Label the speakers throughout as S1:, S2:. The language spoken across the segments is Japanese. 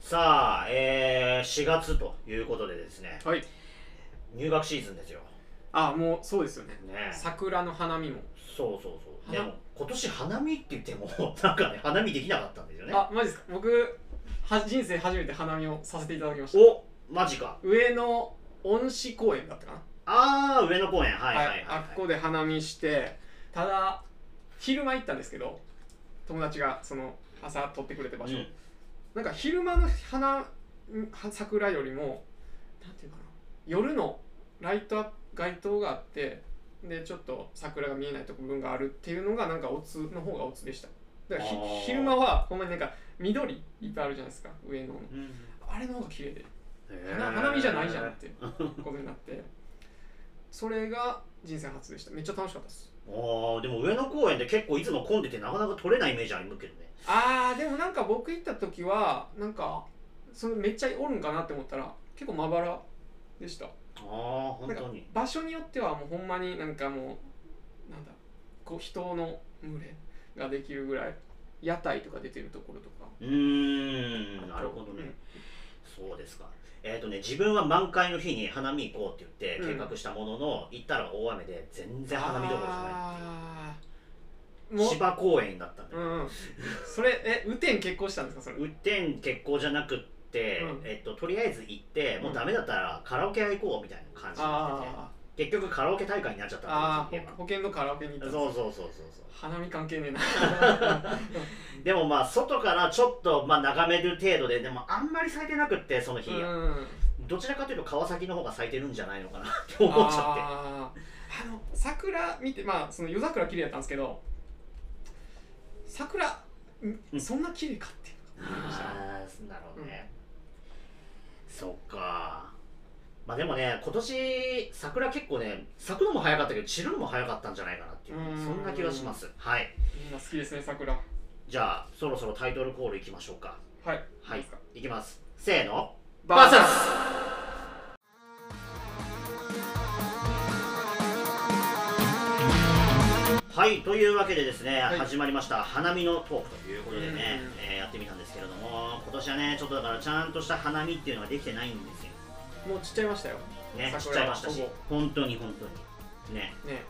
S1: さあ、えー、4月ということでですね、
S2: はい
S1: 入学シーズンですよ。
S2: あもうそうですよね
S1: ね、
S2: 桜の花見も
S1: そうそうそう。で
S2: 花
S1: も、今年花見って言っても、 なんかね、花見できなかったんですよね。
S2: あマジですか僕は人生初めて花見をさせていただきました
S1: おマジか。
S2: 上野恩師公園だったか
S1: あー、上野公園、は
S2: ない
S1: はいはい、はい。
S2: あっこで花見してただ昼間行ったんですけど友達がその朝撮ってくれた場
S1: う
S2: 所、
S1: ん
S2: なんか昼間の花んは桜よりもなんていうかな夜のライトアップ街灯があってでちょっと桜が見えないとこ部分があるっていうのがなんかオツの方がオツでしただからひ
S1: あー
S2: 昼間はほんまになんか緑いっぱいあるじゃないですか上野
S1: う
S2: の
S1: ん
S2: あれの方が綺麗で
S1: へー
S2: 花花見じゃないじゃんって ことになってそれが人生初でしためっちゃ楽しかったです
S1: あーでも上野公園って結構いつも混んでてなかなか取れないイメージありますけどね
S2: あーでもなんか僕行った時はなんかそのめっちゃおるんかなって思ったら結構まばらでした
S1: ああ本
S2: なんか
S1: 当に
S2: 場所によってはもうほんまになんかもうなんだこう人の群れができるぐらい屋台とか出てるところとか
S1: うーんなるほどね、そうですかえっ、とね自分は満開の日に花見行こうって言って計画したものの、行ったら大雨で全然花見どころじゃないっていう
S2: あーもう
S1: 芝公園だったんだよ、
S2: うんうんそれえ雨天結婚したんですかそれ
S1: うってん結構じゃなくって、
S2: うん
S1: えっと、とりあえず行って、もうダメだったらカラオケ屋行こうみたいな感じになってて
S2: あ
S1: 結局カラオケ大会になっちゃっ
S2: ー
S1: た
S2: あ
S1: ん
S2: ー
S1: です
S2: ほ保険のカラオケに行ったん
S1: そう
S2: です
S1: そうそうそうそう
S2: 花見関係 ねえな
S1: でもまあ外からちょっとまあ眺める程度ででもあんまり咲いてなくってその日、
S2: うん
S1: どちらかというと川崎の方が咲いてるんじゃないのかなって思っちゃって
S2: あーあの桜見てまあその夜桜綺麗だったんですけど桜、
S1: うん
S2: ん、そんな綺麗かっていうのが思いましたね
S1: ああなるほどね、そっかまあでもね今年桜結構ね咲くのも早かったけど散るのも早かったんじゃないかなっていう
S2: うん
S1: そんな気がしますはい
S2: みんな好きですね桜は
S1: じゃあそろそろタイトルコールいきましょうか
S2: い
S1: はいい
S2: いですか
S1: いきますせーの
S2: バーサ
S1: はいというわけでですね、
S2: はい
S1: 始まりました花見のトークということでね
S2: うん、
S1: えーやってみたんですけれども今年はねちょっとだからちゃんとした花見っていうのができてないんですよ
S2: もう散っちゃいましたよ
S1: ね
S2: 桜
S1: しちゃいましたし
S2: ほ
S1: 本当に本当にね
S2: ぼね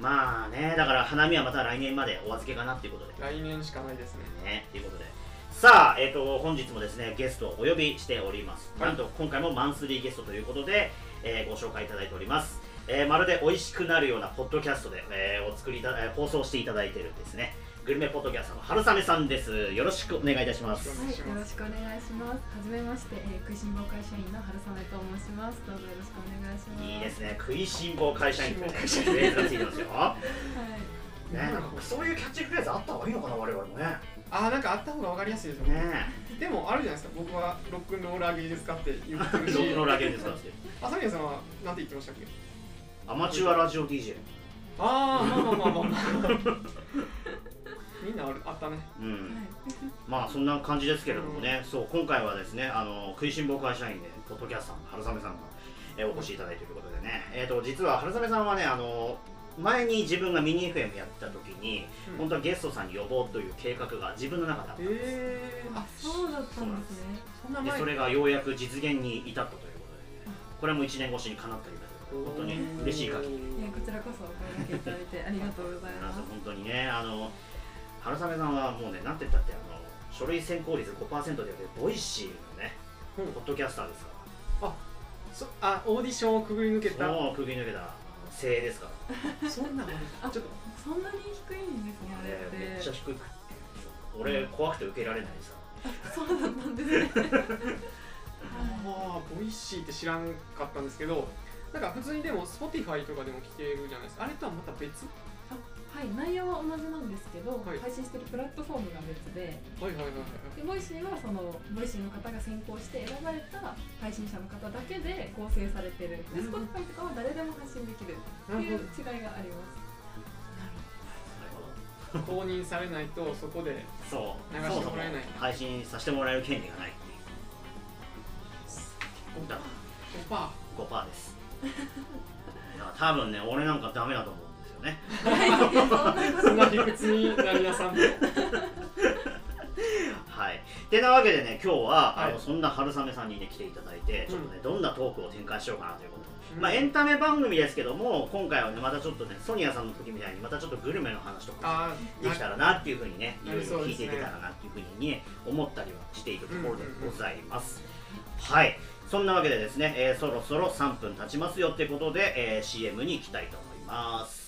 S1: まあねだから花見はまた来年までお預けかなっていうことで
S2: 来年しかないですね
S1: ねということでさあ、えっと本日もですねゲストをお呼びしております、
S2: はい
S1: なんと今回もマンスリーゲストということで、えーご紹介いただいております、えーまるで美味しくなるようなポッドキャストで、えーお作りいただ、えー放送していただいているですねグルメポッドキャスターの春雨さんですよろしくお願いいたします
S2: よろしくお願いします
S3: はい、よろしくお願いします。はじめまして、えー、食いしん坊会社員の春雨と申します。どうぞよろしくお願いします。
S1: いいですね食いしん坊会社員というね
S2: 食い
S1: フ
S2: しん坊
S1: レーズがついて ますよ、
S3: はい、
S1: ね、なんかそういうキャッチフレーズあった方がいいのかな我々もねね
S2: あーなんかあった方が分かりやすいですよねでもあるじゃないですか僕はロックンローラー芸術家って言ってるし
S1: ロのラゲンですからって
S2: 朝宮さんはなんて言ってましたっけ
S1: アマチュアラジオ DJ
S2: ああまあまあまあまあまあ みんなあるあったね
S1: うん
S3: はい、
S1: まあそんな感じですけれどもね、そう今回はですねあの食いしん坊会社員でポッドキャスターの春雨さんが、えーお越しいただいているということでね、えー、と実は春雨さんはねあの前に自分がミニ FM やった時に、
S2: うん
S1: 本当はゲストさんに呼ぼうという計画が自分の中であったんです、
S2: えー、
S3: あ
S2: あ、
S3: そうだったんですね。
S2: そんな
S1: で
S2: 前
S1: それがようやく実現に至ったということで、ね、これも1年越しにかなったりということで本当に嬉しい限り
S3: いや、こちらこそお声掛けいただい てありがとうござい
S1: なん
S3: ま
S1: ですす。本当にねあの春雨さんはもうねなんて言ったってあの書類選考率5%でボイシーのね、
S2: うん
S1: ポッドキャスターですから
S2: そあオーディションをくぐり抜けた
S1: もうくぐり抜けた精鋭ですから、
S2: そんなのあるちょっと
S3: そんなに低いんですね、あれ
S1: ね
S3: っ、て。
S1: めっちゃ低くて俺怖くて受けられないさ
S3: そうだったんですね。はい
S2: あーボイシーって知らんかったんですけどなんか普通にでも Spotify とかでも聞けるじゃないですかあれとはまた別は
S3: はい、内容は同じなんですけど、
S2: はい
S3: 配信してるプラットフォームが別で、
S2: いはいはいはい
S3: でボイシーはそのボイシーの方が選考して選ばれた配信者の方だけで構成されてるで
S2: うん
S3: Spotify とかは誰でも発信できるって
S2: な
S3: いう違い
S2: る
S3: があります
S2: ほど公認されないとそこで
S1: そう
S2: 流してもらえない
S1: そもそも配信させてもらえる権利がないっていうだか
S2: オパ
S1: ら5%です だから多分ね俺なんかダメだと思うんですよね
S3: はい、そんなこと
S2: ーそんな理屈になりなさんと
S1: ははい。てなわけでね、今日は、あ
S2: は
S1: の
S2: い
S1: そんな春雨さんにね、来ていただいて、ちょっとね、どんなトークを展開しようかなということで。 まあ、エンタメ番組ですけども、今回はね、またちょっとね、ソニアさんの時みたいに、またちょっとグルメの話とか
S2: あー
S1: できたらなっていうふうにね、い
S2: な
S1: ろ
S2: り
S1: い
S2: そ
S1: ろ
S2: う
S1: 聞
S2: で
S1: い
S2: す
S1: て
S2: ね
S1: いけたらなっていうふうにね、思ったりはしているところでございます。はい。そんなわけでですね、えーそろそろ3分経ちますよってことで、えー CM に行きたいと思います。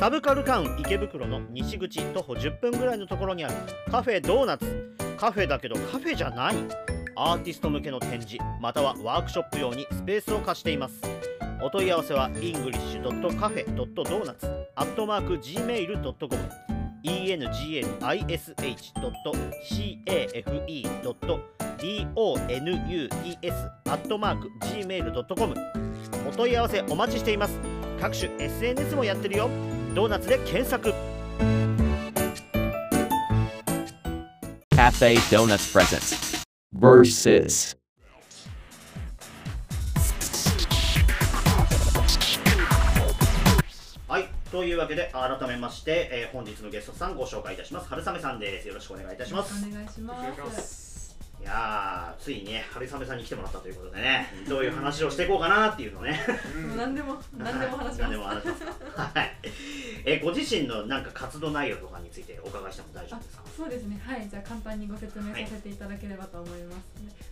S1: サブカルタウン池袋の西口徒歩10分ぐらいのところにあるカフェドーナツカフェだけどカフェじゃないアーティスト向けの展示またはワークショップ用にスペースを貸していますお問い合わせは english.cafe.donuts.gmail.com engsh.cafe.donuts.gmail.com お問い合わせお待ちしています各種 SNS もやってるよドーナツで検索
S4: Cafe Donuts presents versus.
S1: はいというわけで改めまして、えー本日のゲストさんご紹介いたします春雨さんですよろしくお願いいたします
S3: お願いし
S2: お願いしま
S3: ます。
S2: す
S1: いやーついにね春雨さんに来てもらったということでねどういう話をしていこうかなっていうのをね
S2: うん
S3: もう何でも何でも話しま
S1: 何
S3: す
S1: で。も話しますはいえご自身のなんか活動内容とかについてお伺いしても大丈夫
S3: あ
S1: ですか
S3: そうですね、はい、じゃあ簡単にご説明させていただければと思います。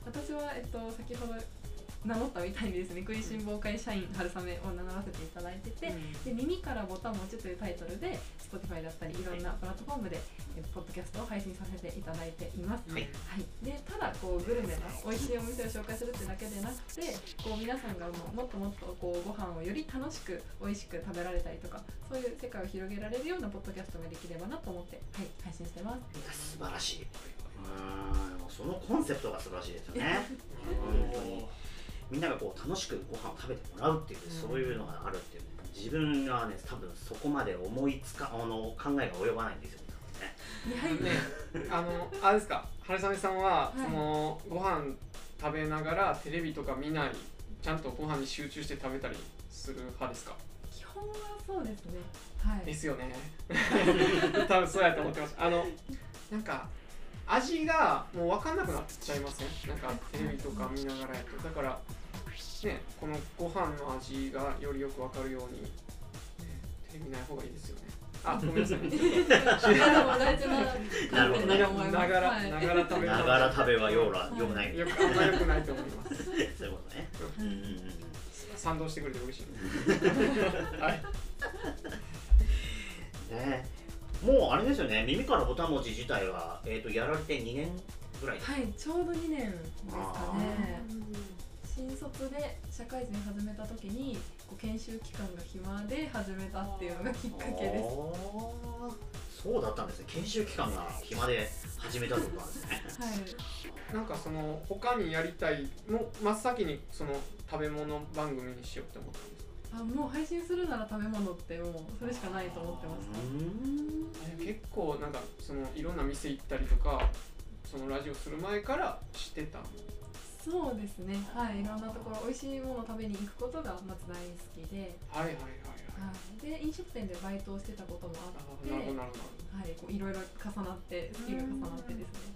S3: 私は、えっと、先ほど名乗ったみたいにですね、食いしん坊会社員春雨を名乗らせていただいてて、で耳からボタンを持ちというタイトルで Spotify だったりいろんなプラットフォームで、えポッドキャストを配信させていただいています。
S1: はい
S3: はい、でただこうグルメの美味しいお店を紹介するってだけでなくてこう皆さんがもうもっともっとこうご飯をより楽しく美味しく食べられたりとかそういう世界を広げられるようなポッドキャストができればなと思って、はい、配信してます。
S1: いや素晴らしいうーんもうそのコンセプトが素晴らしいですよね本当にみんながこう楽しくご飯を食べてもらうっていう、
S2: うん
S1: そういうのがあるっていうね自分はね多分そこまで思いつかあの考えが及ばないんですよね多分ね
S3: はい
S2: ね、あの、あれですか、春雨さんは、
S3: はい
S2: そのご飯食べながらテレビとか見ない、ちゃんとご飯に集中して食べたりする派ですか。
S3: 基本はそうですね。はい。
S2: ですよね。 多分そうやと思ってました。あの、なんか味がもう分かんなくなっちゃいません。なんかテレビとか見ながらやと、だからね、このご飯の味がよりよく分かるように、ねテレビ見ない方がいいですよね。あ、ごめんなさい。
S3: いやでも大事な
S1: なるほどね
S3: だと思います
S2: ながら、
S3: はい
S2: ながら食べ
S1: ながら食べはようらよくない
S2: よくあんま良くないと思います。
S1: そういうことね
S3: う
S1: うんんうんうん
S2: 賛同してくれて嬉しいです。はい。
S1: ねもうあれですよね耳からボタン持ち自体は、えー、とやられて2年ぐらい
S3: はい、ちょうど2年ですか
S1: あ
S3: ね。新卒で社会人始めた時にこう研修期間が暇で始めたっていうのがきっかけです。
S1: あーそうだったんですね研修期間が暇で始めたってことなんですね
S3: はい、
S2: なんかその他にやりたいの真っ先にその食べ物番組にしようって思ったんですか。
S3: あもう配信するなら食べ物ってもうそれしかないと思ってました。
S1: う
S2: あれ結構なんかそのいろんな店行ったりとか、そのラジオする前から知ってた。
S3: そうですね、はい、いろんなところ美味しいものを食べに行くことがまず大好きで、
S2: はいはいはいはい。
S3: はい、で飲食店でバイトをしてたことも
S2: あ
S3: あっ
S2: ー
S3: て、
S2: な
S3: は
S2: るほどなるほ
S3: い、こういろいろ重なって好きが重なってですね。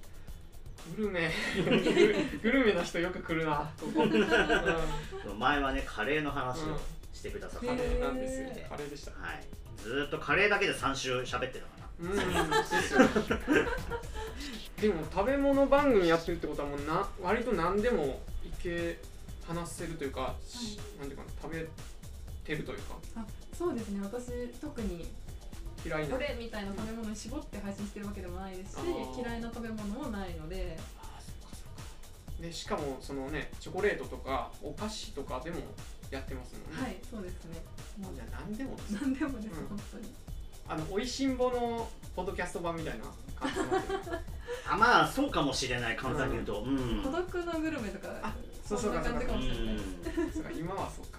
S2: ど。グル メグルグルメな人よく来るな。ここ。うんうん
S1: ん前はねカレーの話をしてくださったんで、
S3: へー
S2: なんですよ。カレーでした。
S1: はい、ずーっとカレーだけで3週喋ってたかな
S2: うん、ですよねでも食べ物番組やってるってことはもうな割と何でもいけ話せるというか、しなんていうかな食べてるというか
S3: あそうですね私特に
S2: 嫌いな
S3: これみたいな食べ物に絞って配信してるわけでもないですし
S2: あー
S3: 嫌いな食べ物もないので
S2: あーそうかそうかでしかもそのねチョコレートとかお菓子とかでもやってますもんね、
S3: はいそうですねも
S2: も
S3: う
S2: うじゃあ何でもです
S3: 何でもです、
S2: うん
S3: 本当に
S2: あのおいしんぼのポッドキャスト版みたいな感じになってる
S1: あまあそうかもしれない簡単に言うとうん、うん
S3: 孤独のグルメとか
S2: あそうそうか
S3: んな感じかもしれない
S2: そうか今はそうか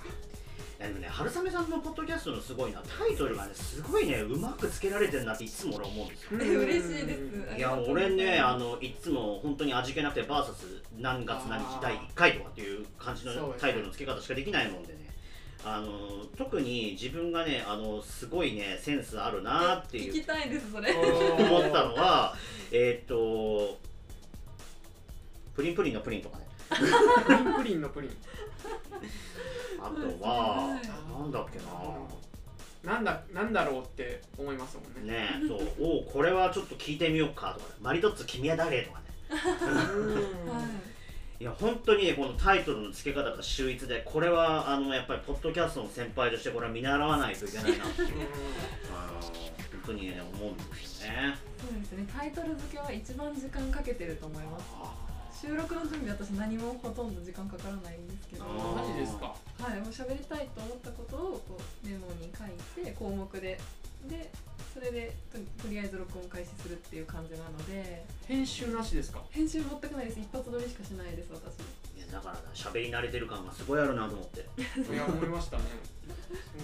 S1: やでもね春雨さんのポッドキャストのすごいなタイトルがねすごいねうまくつけられてるなっていつも俺思うんですよ
S2: うん
S3: え 嬉しいです
S1: いや俺ねあのいつも本当に味気なくて VS 何月何日第1回とかっていう感じ
S2: そう
S1: の
S2: ですね
S1: タイトルの付け方しかできないもんでねあの特に自分がねあのすごいねセンスあるなっていう
S3: 聞きたいですそれ
S1: 思ったのは、えーっと、プリンプリンのプリンとかね、
S2: プリンプリンのプリン
S1: あとは
S3: はい、
S1: なんだっけ
S2: なんだなんだろうって思いますもん
S1: な、
S2: ね
S1: ねえ、そう、おうこれはちょっと聞いてみようかとかね、マリトッツォ君は誰とかね、
S2: うん
S3: はい
S1: いや、本当にね、このタイトルの付け方が秀逸で、これはあのやっぱり、ポッドキャストの先輩として、これは見習わないといけ ないなっていう、あの本当にね、思うんですよね。
S3: そうですねタイトル付けは一番時間かけてると思います収録の準備私何もほとんど時間かからないんですけど
S1: あ
S2: マジですか
S3: はい、もう喋りたいと思ったことをこうメモに書いて項目ででそれでととりあえず録音開始するっていう感じなので
S2: 編集なしですか
S3: 編集全くないです一発撮りしかしないです私
S1: いやだから喋り慣れてる感がすごいあるなと思って
S2: いや思いましたね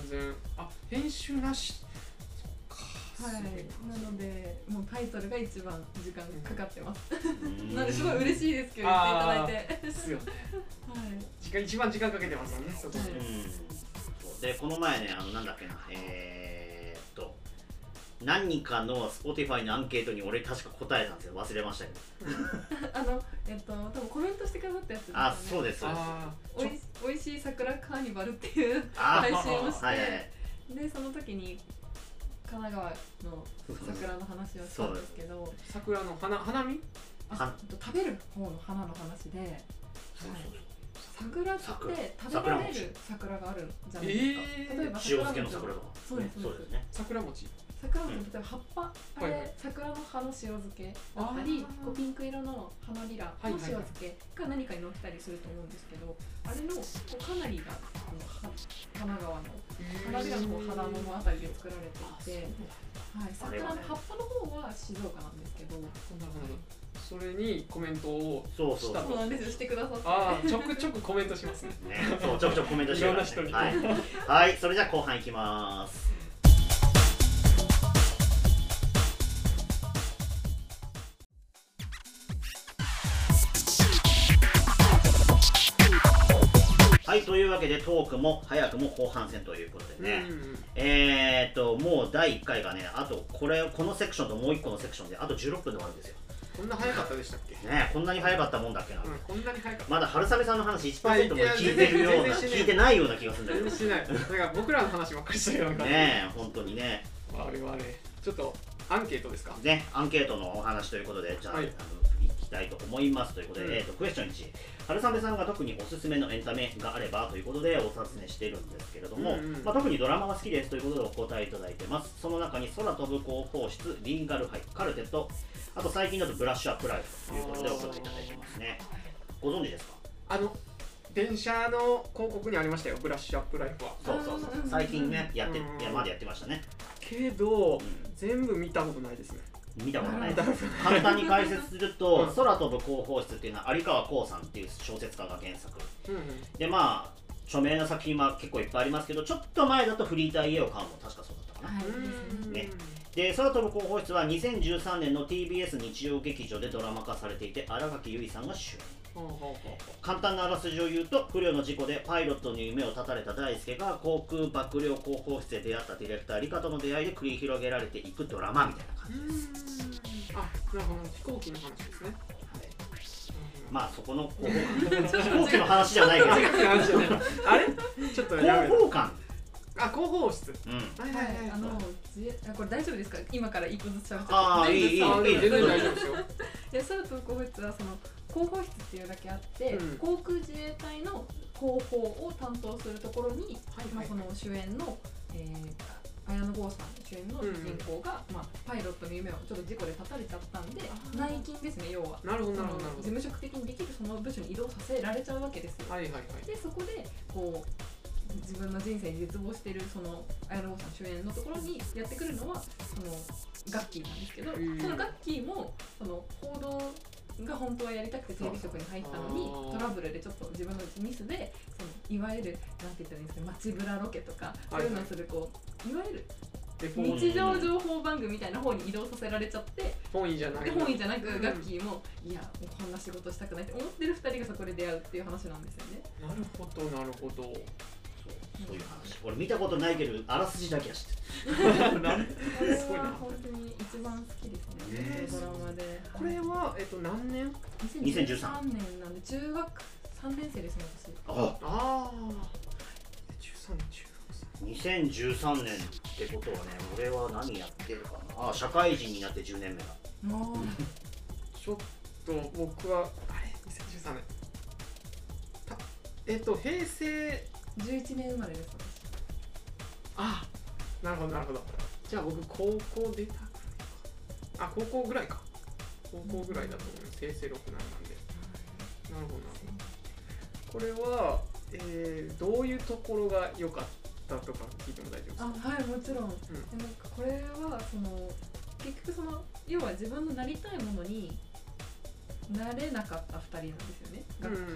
S2: 全然あ編集なしそっか
S3: は
S2: す
S3: い
S2: ごい
S3: なのでもうタイトルが一番時間かかってます、
S1: うん
S3: なのですごい嬉しいですけど言っていただいてはい
S2: ですよね時間一番時間かけてますもんねそこに
S3: はい
S1: うんでこの前ねあのなんだっけなえー、っと何かの Spotify のアンケートに俺確か答えたんですよ忘れましたけど
S3: あのえっと多分コメントしてくださったやつですよね
S1: あそうですそうです
S2: あー
S3: おいおいしい桜カーニバルっていう
S1: あ
S3: 配信をして、
S1: はいはいはい
S3: でその時に神奈川の桜の話をしたんですけど
S2: 桜の花花見
S3: あえっと食べる方の花の話で
S1: そう
S3: 桜って食
S1: 桜
S3: べられる桜があるんじゃないですか、
S2: え
S3: 例え
S2: ー
S3: ば
S1: そうそう塩漬けの桜とか
S3: そうです
S1: ねそうですね
S2: 桜餅
S3: 桜の
S1: うん
S3: 例えば葉っぱ、
S2: はい
S3: あ
S2: はい
S3: れ桜の葉の塩漬けだったり
S2: あー
S3: こうピンク色の花びらの
S2: いはい
S3: 塩
S2: はい
S3: 漬けが何かに載ったりすると思うんですけど、あれのこうかなりがこのは神奈川の花びらのこう花桃あたりで作られていて、は
S1: あ
S3: い、
S1: れ
S3: 桜の
S1: はね
S3: 葉っぱの方は静岡なんですけど
S2: そんな花それにコメントを
S1: そうそう
S2: した
S1: そ
S3: そうなんですよしてくださって
S2: ああちょくちょくコメントしますね
S1: うねそうちょくちょくコメントしてますね
S2: いろん
S1: は
S2: ない人
S1: はいそれじゃあ後半いきますはいというわけでトークも早くも後半戦ということでね、
S2: うん
S1: えー、っと、もう第1回がね、あと、これ、このセクションともう1個のセクションで、あと16分で終わるんですよ。
S2: こんな早かったでしたっけ、
S1: ねえこんなに早かったもんだっけな。
S2: うん、こんなに早かった
S1: まだ春雨さんの話
S2: あい
S1: 1%
S2: や
S1: も聞いてるような、
S2: 全然全然
S1: 聞いてないような気がするんだけ
S2: 全
S1: ど
S2: 然。しないだから僕らの話ばっかりしてるような
S1: ねえ、本当にね。
S2: 我々ちょっとアンケートですか
S1: ね、アンケートのお話ということで、じゃあ、
S2: はい
S1: あの行きたいと思いますということで、
S2: うん
S1: えー、とクエスチョン1、春雨さんが特におすすめのエンタメがあればということでお尋ねしているんですけれども、
S2: うんうん
S1: まあ、特にドラマが好きですということでお答えいただいてます。その中に空飛ぶ高校室、リンガルハイ、カルテット、あと最近だとブラッシュアップライフということでお答えいただいてますね。ご存知ですか
S2: あの電車の広告にありましたよブラッシュアップライフは
S1: そうそうそう
S3: うんうんう。ん
S1: 最近ね、やって、
S2: うんうん
S1: いやまでやってましたね。
S2: け
S1: う
S2: ど、
S1: ん
S2: 全部見たことないですね
S1: 見たことない
S2: 見
S1: で
S2: た
S1: す
S2: ことな
S1: 簡
S2: い
S1: 単に解説する
S2: う
S1: と「
S2: ん
S1: 空飛ぶ広報室」っていうのは有川光さんっていう小説家が原作
S2: うん
S1: でまあ著名な作品は結構いっぱいありますけどちょっと前だと「フリーター家を買う」も確かそうだったかな
S3: はい、です
S2: う
S3: ね
S2: ん
S1: ねで空飛ぶ広報室は2013年の TBS 日曜劇場でドラマ化されていて新垣結衣さんが主演
S2: ほうほうほ
S1: 簡単なあらすじを言うと不慮の事故でパイロットに夢を絶たれた大輔が航空幕僚広報室で出会ったディレクター理香との出会いで繰り広げられていくドラマみたいな感
S2: う
S1: じ
S2: うんあなるほど飛行機の話ですね、あ
S1: まあそこの広報官飛行機の話じゃないけど
S2: 話じゃないあれちょっとや
S1: 広
S2: めろ
S1: 報官
S2: あ広報室
S1: うん
S2: はいは
S3: はいい
S2: はい、
S3: あの自衛あこれ大丈夫ですか今から一個ずつ喋っちゃ
S1: あ
S3: っ
S1: あ
S3: て
S1: いいいいいい
S3: 大丈夫
S2: あ全然
S1: いい
S2: 大丈夫ですよ
S3: ですかいや空飛ぶ広報室はその広報室っていうだけあって、
S2: うん
S3: 航空自衛隊の広報を担当するところに、まあ、その主演の、えー、綾野剛さん主演の
S2: うん
S3: 人公が、まあ、パイロットの夢をちょっと事故で絶たれちゃったんで
S2: あー
S3: 内勤ですね要は
S2: なるほ
S3: そ
S2: どな
S3: の
S2: るほどなる
S3: 事
S2: ほ
S3: 務職的にできるその部署に移動させられちゃうわけですよ
S2: どはいはいはい
S3: でそこでこう自分の人生に絶望してるその綾野剛さん主演のところにやってくるのはそのガッキーなんですけど、
S2: うん
S3: そのガッキーもその報道が本当はやりたくてテレビ局に入ったのに
S2: あー
S3: トラブルでちょっと自分のミスでそのいわゆるなんて言ったらいいんですか街ぶらロケとかそ
S2: は
S3: う
S2: い
S3: いうのをするこういわゆる
S2: で本
S1: うん
S3: 日常情報番組みたいな方に移動させられちゃって
S2: 本意じゃない
S3: で本意じゃなく
S2: うん
S3: ガッキーもいやもうこんな仕事したくないって思ってる2人がそこで出会うっていう話なんですよね。
S2: なるほどなるほど
S1: そうそういう話俺見たことないけどあらすじだけは知って
S2: なん
S3: これ
S2: すごいな
S3: は本当に一番好きですね、
S1: ねえ
S3: このドラマで。
S2: これは、えっと、何年
S1: 2013
S3: 2013年なんで中学3年生ですね
S1: たあ
S2: ああ13年16歳
S1: 2013年ってことはね俺は何やってるかなあ社会人になって10年目だ
S3: 私。もう
S2: ちょっと僕はあれ2013年たえっと平成
S3: 11年生まれです
S2: あなるほどなるほどじゃあ僕高校出たくらいかあ高校ぐらいか高校ぐらいだと思います平成6年なんでなるほどなるほどこれは、えー、どういうところが良かったとか聞いても大丈夫です
S3: あ
S2: か
S3: はいもちろん、でなんかこれはその結局その要は自分のなりたいものになれなかった2人なんですよね
S2: う
S3: 楽器も
S2: ん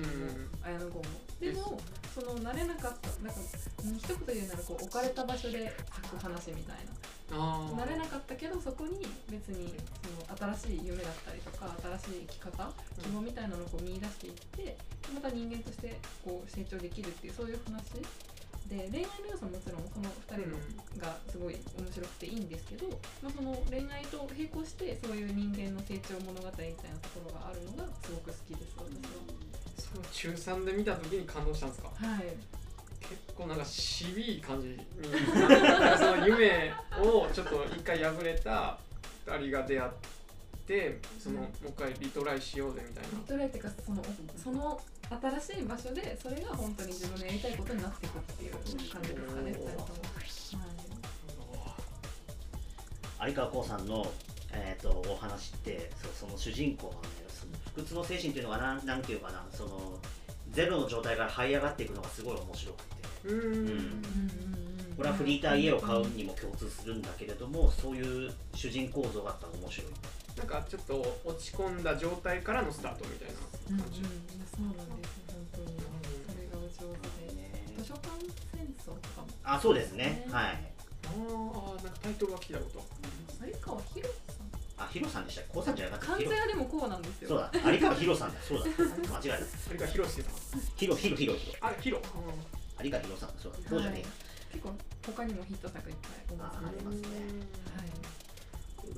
S3: 綾野剛もでもそのなれなかったなんかうん一言で言うならこう置かれた場所で咲く話みたいな
S2: あ
S3: なれなかったけどそこに別にその新しい夢だったりとか新しい生き方希望みたいなのをこう見出していってでまた人間としてこう成長できるっていうそういう話で恋愛の要素はもちろんその2人のがすごい面白くていいんですけど、まあ、その恋愛と並行してそういう人間の成長物語みたいなところがあるのがすごく好きです私
S2: その中3で見た時に感動したんですか
S3: は。はい
S2: 結構なんか渋い感じにその夢をちょっと一回破れた2人が出会ってそのもう一回リトライしようぜみたい
S3: リトライっていうかそのその新しい場所でそれが本当に自分のやりたいことになっていくっていう感じですかね2人とも。はい
S2: な
S1: 有川光さんの、えー、とお話ってそうその主人公の,、ね、その不屈の精神っていうのがなんなんていうかなそのゼロの状態から這い上がっていくのがすごい面白くて
S2: うーん
S1: これはフリーター家を買うにも共通するんだけれどもそういう主人公像があったら面白い
S2: なんかちょっと落ち込んだ状態からのスタートみたい
S3: うんうん
S2: な
S3: うん
S2: 感じ、
S3: そうなんです本当にそれがお上手で図書館戦争とかも
S1: あそうですね
S3: ね
S1: はい
S2: ああなんかタイトルは聞いたこと
S3: 有川博さん
S1: あヒロさんでしたっけコウさんじゃなかった
S3: 関
S1: ヒ
S3: 西
S1: ロ
S3: はでもこうなんですよ
S1: そう だ有川ヒロさんだそうだ間違え
S2: それがヒロシさ
S1: た
S2: ん
S1: ヒロヒロヒロヒ
S2: あヒロ
S1: ロ有川ヒロさんだそうだそうじゃね
S3: 結構他にもヒット作いっぱいお持ちなん
S1: あ
S3: で
S1: りますね
S3: はい
S2: うん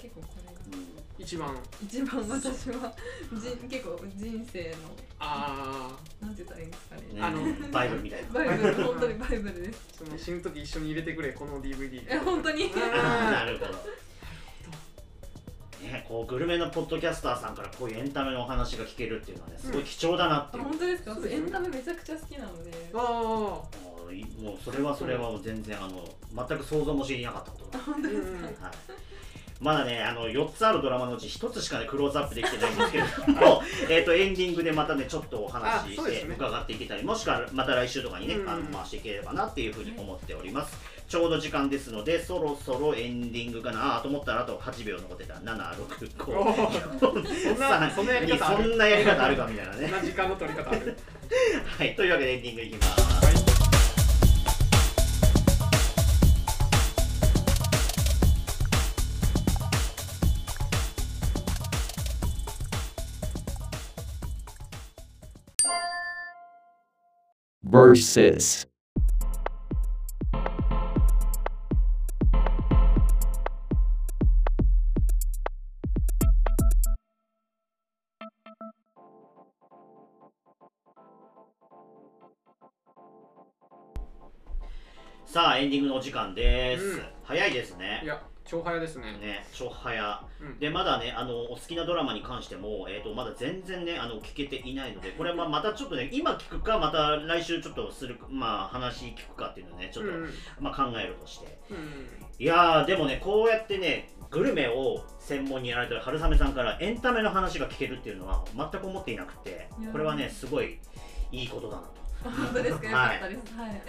S3: 結構これが
S1: えよ、うん
S2: 一番
S3: 一番私は人結構人生の
S2: ああ
S3: なんて言ったらいいんですかね
S1: ね
S2: あの
S1: バイブルみたいな
S3: バイブル本当にバイブルです
S2: その死ぬ時一緒に入れてくれこの DVD
S3: え本当 に
S1: な
S2: あ
S1: るほど。ね、こうグルメのポッドキャスターさんからこういうエンタメのお話が聞けるっていうのはねすごい貴重だなっていう、
S3: 本当ですか
S2: そうです
S3: エンタメめちゃくちゃ好きなので
S2: ーあ
S1: もういもうそれはそれはもう全然あの全く想像も知りなかったことだ、
S3: 本当ですか
S2: ー
S1: はい、まだねあの4つあるドラマのうち1つしかねクローズアップできてないんですけれど もえーとエンディングでまたねちょっとお話し
S2: あそうで
S1: し
S2: す
S1: て
S2: ね
S1: 伺っていけたり、もしくはまた来週とかにね、
S2: うん
S1: あの回していければなっていうふうに思っております、ちょうど時間ですのでそろそろエンディングかなあーと思ったらあと8秒残ってた765
S2: おーそんなそんなやり方あ
S1: そ
S2: る
S1: んなやり方あるかみたいな
S2: そん
S1: ね。
S2: な時間の取り方ある
S1: はい、というわけでエンディングいきます。
S2: はい
S4: Versus.
S1: さあ、エンディングのお時間です。
S2: うん
S1: 早いですね。
S2: いや超早ですね
S1: ね、超早
S2: うん
S1: でまだねあのお好きなドラマに関しても、えー、とまだ全然ねあの聞けていないのでこれはまたちょっとね今聞くかまた来週ちょっとするまあ話聞くかっていうのをねちょっと、
S2: うんうん
S1: まあ、考えるとして
S2: うん
S1: いやーでもねこうやってねグルメを専門にやられてる春雨さんからエンタメの話が聞けるっていうのは全く思っていなくて
S3: いやー
S1: これはねすごいいいことだなと
S3: 本当ですかよかったですはい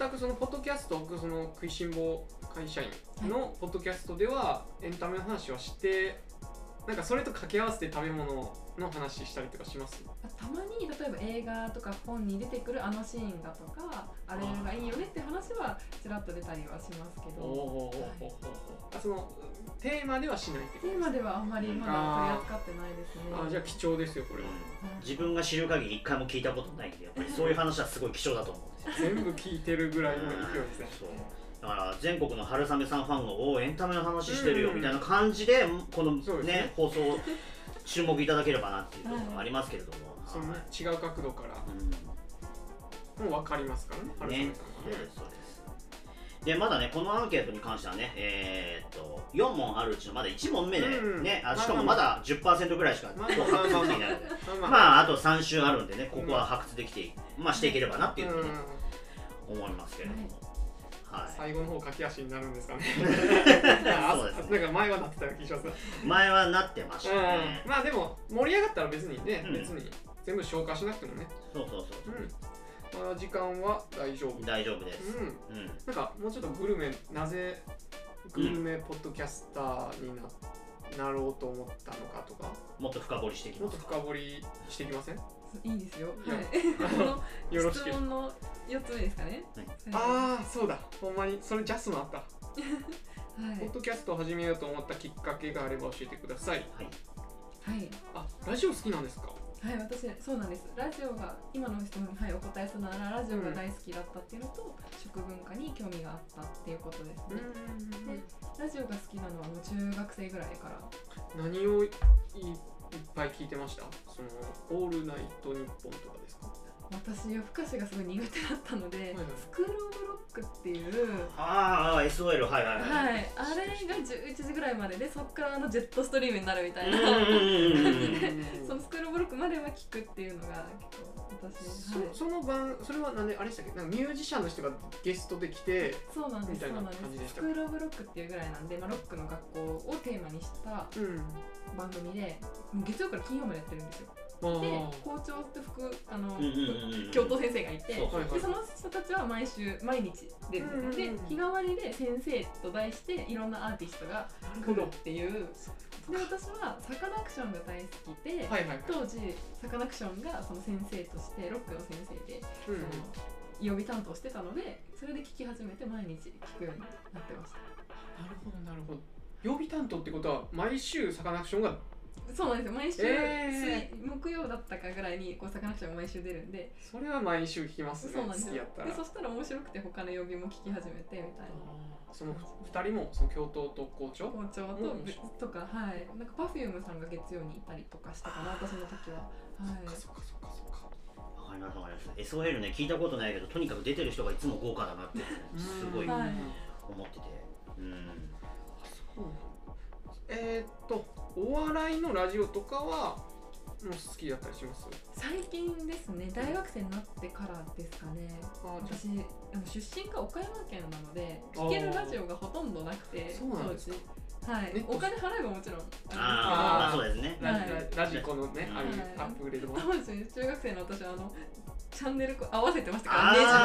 S2: 全くそのポッドキャスト僕その食いしん坊会社員のポッドキャストではエンタメの話はしてなんかそれと掛け合わせて食べ物をの話したりとかします
S3: たまに例えば映画とか本に出てくるあのシーンがとかあれがいいよねって話はちらっと出たりはしますけ
S2: お
S3: ど
S2: おあそのテーマではしないってこと
S3: テー
S2: です
S3: マ
S2: か
S3: ではあんまりまだ取り扱ってないですね
S2: あじゃあ貴重ですよこれは
S1: 自分が知る限り一回も聞いたことないんでやっぱりそういう話はすごい貴重だと思うんですよ
S2: 全部聞いてるぐらいの勢いですね
S1: そうだから全国の春雨さんファンが「おおエンタメの話してるよ」みたいな感じでこの
S2: そうです
S1: ね
S2: ね
S1: 放送を注目いただければなっていうところがありますけれども、
S2: そ
S1: はい
S2: の違う角度から
S1: うん
S2: もう分かりますからね、春雨
S1: ね
S2: さん
S1: そう
S2: は
S1: で
S2: ね。
S1: すそうですでまだねこのアンケートに関してはねえーっと4問あるうちのまだ1問目で
S2: うん
S1: ね、あ
S2: まあ
S1: しかもまだ10%ぐらいしか
S2: まあ
S1: 合
S2: まあまあまあ
S1: 格できないので
S2: ま
S1: まああと3週あるんでねここは発掘できてまあしていければなっていうふうにね
S2: う
S1: 思いますけれどもは
S2: ん
S1: い
S2: 最後の方駆け足になるんで すかね。
S1: そうです
S2: あ
S1: ね
S2: なんか前はなってたような気がします。
S1: 前はなってましたね
S2: うんまあでも盛り上がったら別にね、
S1: うん
S2: 別に全部消化しなくてもね、
S1: そうそうそう
S2: うん、まあ時間は大丈夫。うん、
S1: 大丈夫ですうん
S2: なんかもうちょっとグルメなぜグルメポッドキャスターにな,、なろうと思ったのかとか、
S1: もっと深掘りしていき
S2: も
S1: ま
S2: っと
S1: す
S2: 深掘りしていきません？よ
S3: いいですよ
S2: いや
S3: はいこ の
S2: ろし
S3: 質
S2: く。
S3: 問の4つ目ですかね
S1: はい
S3: は
S2: ああそうだ、ほんまにそれジャスもあった。
S3: いはい
S2: ポッドキャストを始めようと思ったきっかけがあれば教えてください。
S1: はい
S3: はい
S2: あ、ラジオ好きなんですか。
S3: はい、私そうなんですラジオが今の質問に、はい、お答えするならラジオが大好きだったっていうのと、食文化に興味があったっていうことですね、ラジオが好きなのはもう中学生ぐらいから
S2: 何をいいっぱい聞いてました。そのオールナイトニッポンとかですか。
S3: 私夜更かしがすごい苦手だったので、
S2: いはい
S3: スクールオブロックっていう、
S1: ああ SOL はいはい
S3: はいい、あれが11時ぐらいまででそこからあのジェットストリームになるみたいな、
S1: うんうんうんうん
S3: そのスクールオブロックまでは聞くっていうのが結構私、はい
S2: そ、その晩それは何であれでしたっけなんかミュージシャンの人がゲストで来て、
S3: そうなんで
S2: み
S3: す
S2: た
S3: そ
S2: いうな
S3: なんで
S2: 感じですし
S3: ス
S2: た
S3: クールオブロックっていうぐらいなんで、まあ、ロックの学校をテーマにした
S2: うん、
S3: 番組でもう月曜から金曜までやってるんですよ
S2: あー
S3: で校長って副あ
S1: う
S3: の、
S1: んうんうんうん
S3: 教頭先生がいて
S1: そう
S2: はいはい
S3: でその人たちは毎週毎日出るんですよ、
S2: うんうんうん
S3: で日替わりで先生と題していろんなアーティストが来るっていうで私はサカナクションが大好きで、
S2: はいはいはい。
S3: 当時サカナクションがその先生としてロックの先生で、
S2: うん
S3: その予備担当してたのでそれで聞き始めて毎日聞くようになってました
S2: なるほどなるほど。曜日担当ってことは毎週サカナクションが
S3: そうなんですよ毎週、
S2: え
S3: 水木曜だったかぐらいにこうサカナクションが毎週出るんで
S2: それは毎週聞きますね。
S3: そうなん
S2: 好
S3: で
S2: き
S3: す
S2: や
S3: よ
S2: ったら
S3: で。そしたら面白くて他の曜日も聞き始めてみたいな
S2: その二人もその教頭と校長
S3: 校長と
S2: うん
S3: ぶとかはいなんか Perfume さんが月曜にいたりとかしたかな私の時ははい
S2: そっかそっかそっか
S1: わかりますわかります SOL ね聞いたことないけどとにかく出てる人がいつも豪華だなってすごい
S3: うんはい
S1: 思っててうん
S2: えーっとお笑いのラジオとかはもう好きだったりします
S3: 最近ですね大学生になってからですかね
S2: あじゃ
S3: 私あの出身が岡山県なので
S2: あー
S3: 聞けるラジオがほとんどなくて
S2: そうなんですか
S3: 当時はい、
S2: ネット
S3: お金払えばもちろん
S1: ああまあ
S2: あー
S1: そうですね
S2: あラ
S3: はい
S2: ララジコのね
S1: うん
S2: ある
S3: はい
S2: アップグレード
S3: 当
S2: も
S3: 時中学生の私はあのチャンネルこう合わせてましたからネジ回して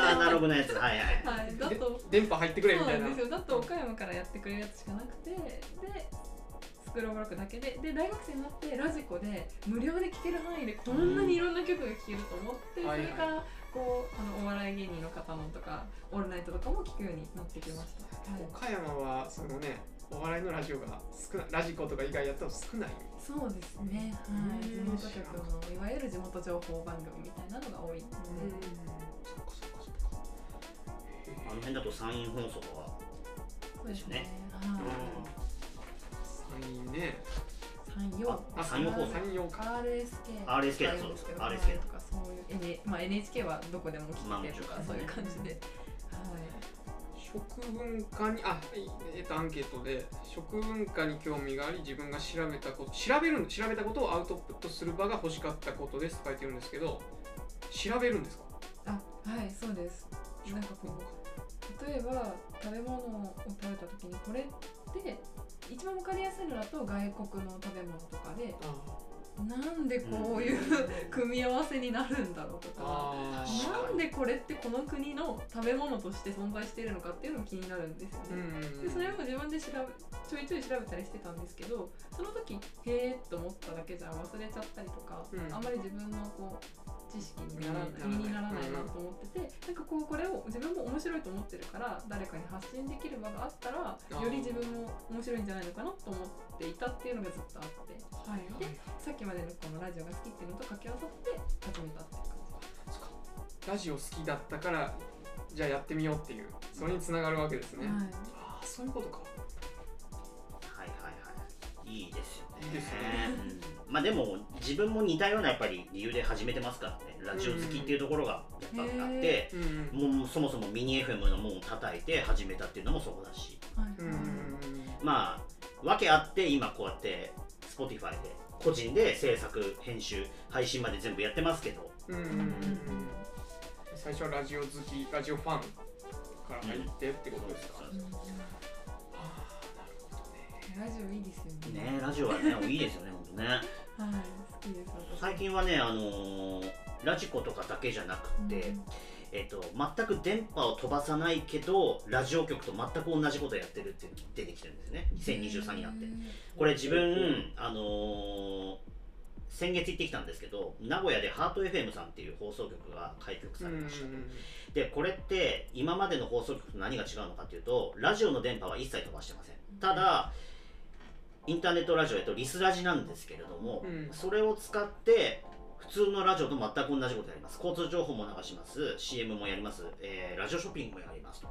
S1: ああなるほどなやつはいはい
S3: はいだと
S2: で電波入ってくれみ
S3: そう
S2: たい
S3: な
S2: なん
S3: ですよだと岡山からやってくれるやつしかなくてでスクロールブロックだけでで大学生になってラジコで無料で聴ける範囲でこんなにいろんな曲が聴けると思っ
S2: う
S3: て、
S2: ん
S3: そ
S2: はいは
S3: れ
S2: い
S3: からこうあのお笑い芸人の方のとかオールナイトとかも聴くようになってきました、はい、
S2: 岡山はそのねお笑いのラジオが少ないラジコとか以外やったら少ない
S3: そうですね、は
S2: う
S3: い、
S2: ん
S3: 地元局のいわゆる地元情報番組みたいなのが多いので、
S2: そっかそっかそっか
S1: あの辺だと山陰放送は
S3: そうですね
S1: ね
S3: は
S2: 三人ね
S3: い山陽
S1: あ山陽放送
S2: 三陽か
S3: RSK
S1: RSK
S3: とか
S1: だそうです
S3: けど
S1: RSK
S3: とかそういう N、まあ、NHK はどこでも聞けてと
S1: ま
S3: か
S1: あ
S3: そういう感じで、
S2: 食文化にあいえっとアンケートで食文化に興味があり自分が調べたこと調べる調べたことをアウトプットする場が欲しかったことですって書いてるんですけど調べるんですか
S3: はいあはいそうですなんかこう例えば食べ物を食べた時にこれって一番わかりやすいのだと外国の食べ物とかで
S2: あ
S3: なんでこういう組み合わせになるんだろうとか、
S2: あ
S1: ー
S3: なんでこれってこの国の食べ物として存在しているのかっていうのも気になるんですよね。
S2: ーうん
S3: でそれも自分で調べちょいちょい調べたりしてたんですけどその時へえと思っただけじゃ忘れちゃったりとか、
S2: うん
S3: あんまり自分のこう知識にならない
S2: うん
S3: 身にならない
S2: うん
S3: なと思ってて、なんかこうこれを自分も面白いと思ってるから誰かに発信できる場があったら
S2: ー
S3: より自分も面白いんじゃないのかなと思っていたっていうのがずっとあって、はい、でさっきまでのこのラジオが好きっていうのと掛け合わさって始めたっていう感じ
S2: そっかラジオ好きだったからじゃあやってみようっていうそれにつながるわけですね、
S3: はい
S2: ああそういうことか
S1: はいはいはいいいですよね
S2: いいですね
S1: うんまあでも自分も似たようなやっぱり理由で始めてますからねラジオ好きっていうところがやっぱあって
S2: うんうん
S1: もうそもそもミニ FM の門を叩いて始めたっていうのもそこだし
S3: はい
S2: うんうん
S1: まあ訳あって今こうやって Spotify で個人で制作編集配信まで全部やってますけど
S2: うんうんうんうん最初はラジオ好きラジオファンから入ってってことですか、
S1: そう
S3: うん
S2: ああなるほどね
S3: ラジオいいですよね
S1: ねラジオはねいいですよね本当ね
S3: はい好きです私
S1: 最近はねあのーラジコとかだけじゃなくて、えっと、全く電波を飛ばさないけどラジオ局と全く同じことやってるっていうのが出てきてるんですね2023になってこれ自分、あのー先月行ってきたんですけど名古屋でハート FM さんっていう放送局が開局されました、でこれって今までの放送局と何が違うのかっていうとラジオの電波は一切飛ばしてませんただインターネットラジオ、えっと、リスラジなんですけれども、
S2: うん
S1: それを使って普通のラジオと全く同じことやります交通情報も流します CM もやります、えーラジオショッピングもやりますと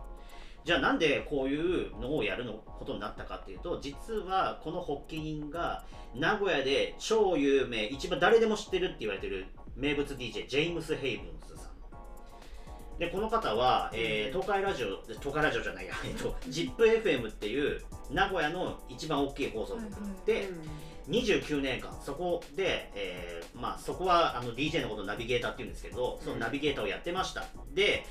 S1: じゃあなんでこういうのをやるのことになったかっていうと実はこの発起人が名古屋で超有名一番誰でも知ってるって言われてる名物 DJ ジェイムス・ヘイブンズさんでこの方は、えー
S2: うん
S1: 東海ラジオ東海ラジオじゃないやえっと ZIPFM っていう名古屋の一番大きい放送局で、29年間そこで、えーまあ、そこはあの DJ のことをナビゲーターっていうんですけどそのナビゲーターをやってました、で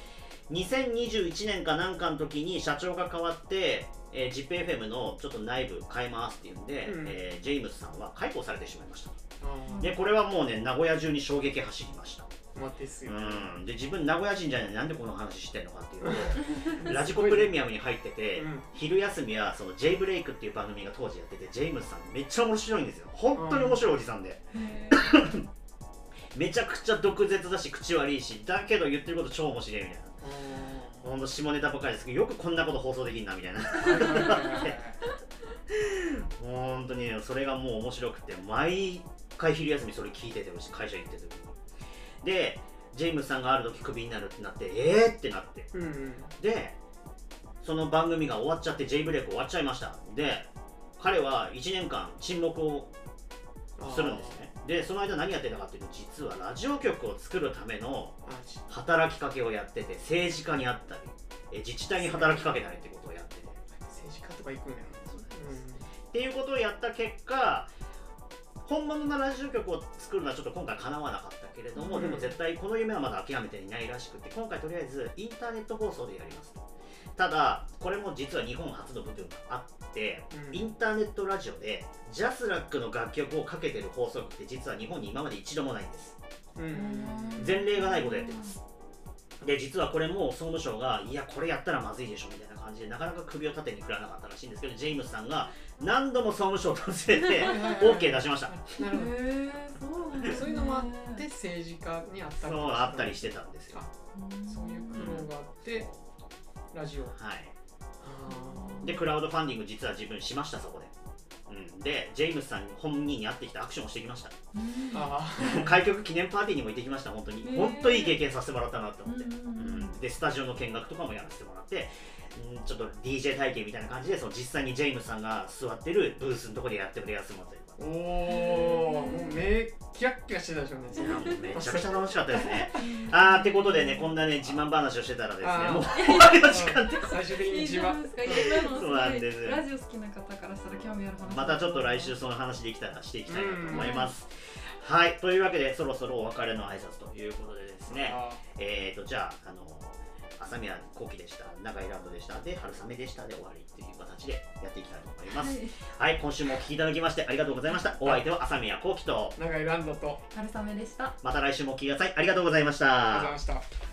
S1: 2021年かなんかの時に社長が変わって、えー、ZIPFM のちょっと内部変えますっていうんで、
S2: うん
S1: えージェイムスさんは解雇されてしまいました
S2: あ
S1: でこれはもうね名古屋中に衝撃走りました
S2: あまあですよね
S1: うんで自分名古屋人じゃないなんでこの話してんのかっていうとラジコプレミアムに入ってて、
S2: うん
S1: 昼休みはその J ブレイクっていう番組が当時やっててジェイムスさんめっちゃ面白いんですよ本当に面白いおじさんで、
S3: へ
S1: めちゃくちゃ毒舌だし口悪いしだけど言ってること超面白いみたいな
S2: あー
S1: ほんと下ネタばっかりですけどよくこんなこと放送できんなみたいな本当にねそれがもう面白くて毎回昼休みそれ聞いててうち会社行ってる時にでジェイムスさんがある時クビになるってなってえーってなって
S2: うんうん
S1: でその番組が終わっちゃって J ブレイク終わっちゃいましたで彼は1年間沈黙をするんですねでその間何やってたかっていうと実はラジオ局を作るための
S2: あーあーじ
S1: 働きかけをやってて政治家に会ったりえ自治体に働きかけたりってことをやってて
S2: 政治家とか行くんや
S1: っていうことをやった結果本物のラジオ局を作るのはちょっと今回かなわなかったけれども、
S2: うん
S1: でも絶対この夢はまだ諦めていないらしくて今回とりあえずインターネット放送でやりますとただこれも実は日本初の部分があって
S2: うん
S1: インターネットラジオでジャスラックの楽曲をかけてる放送局って実は日本に今まで一度もないんです
S2: うんうん
S1: 前例がないことやってますで実はこれも総務省がいやこれやったらまずいでしょみたいな感じでなかなか首を縦に振らなかったらしいんですけどジェイムスさんが何度も総務省を訪れ て OK 出しました
S2: なるほど
S3: えそうなんだね
S2: そういうのもあって政治家にあっ
S1: そ
S2: た
S1: う
S2: り
S1: あったりしてたんですよ
S2: あ
S3: ん
S2: そういう苦労があってラジオ
S1: はい
S2: あ
S1: でクラウドファンディング実は自分しましたそこでうん、でジェイムスさん本人に会ってきてアクションをしてきました
S3: うん
S2: あ
S1: 開局記念パーティーにも行ってきました本当に
S3: へー
S1: 本当いい経験させてもらったなって
S3: う
S1: 思
S3: ん
S1: って、でスタジオの見学とかもやらせてもらって、うん、ちょっと DJ 体験みたいな感じでその実際にジェイムスさんが座ってるブースのところでやってもらやってもらったりとか
S2: おおもう目キラッキラしてたでしょうね
S1: いやもうめちゃくちゃ楽しかったですね。あーってことでね、こんなね、自慢話をしてたらです
S2: あ
S1: ね、
S2: ー
S1: もう終わりの時間で、
S2: 最終的に
S3: いい
S2: 一
S3: じゃな
S2: 番
S3: いですか今のす
S1: そう
S3: ご
S1: なん
S3: い
S1: ですよ
S3: ラジオ好きな方からしたら興味ある話
S1: またちょっと来週その話できたらしていきたいなと思います。はい、というわけで、そろそろお別れの挨拶ということでですね、
S2: あ
S1: えーと、じゃあ、あの、朝宮幸喜でした中井ランドでしたで春雨でしたで終わりっていう形でやっていきたいと思いますはい、今週もお聞きいただきましてありがとうございましたお相手は朝宮幸喜と
S2: 長いランドと
S3: 春雨でした
S1: また来週もお聞きくださいありがとうございました
S2: ありがとうございました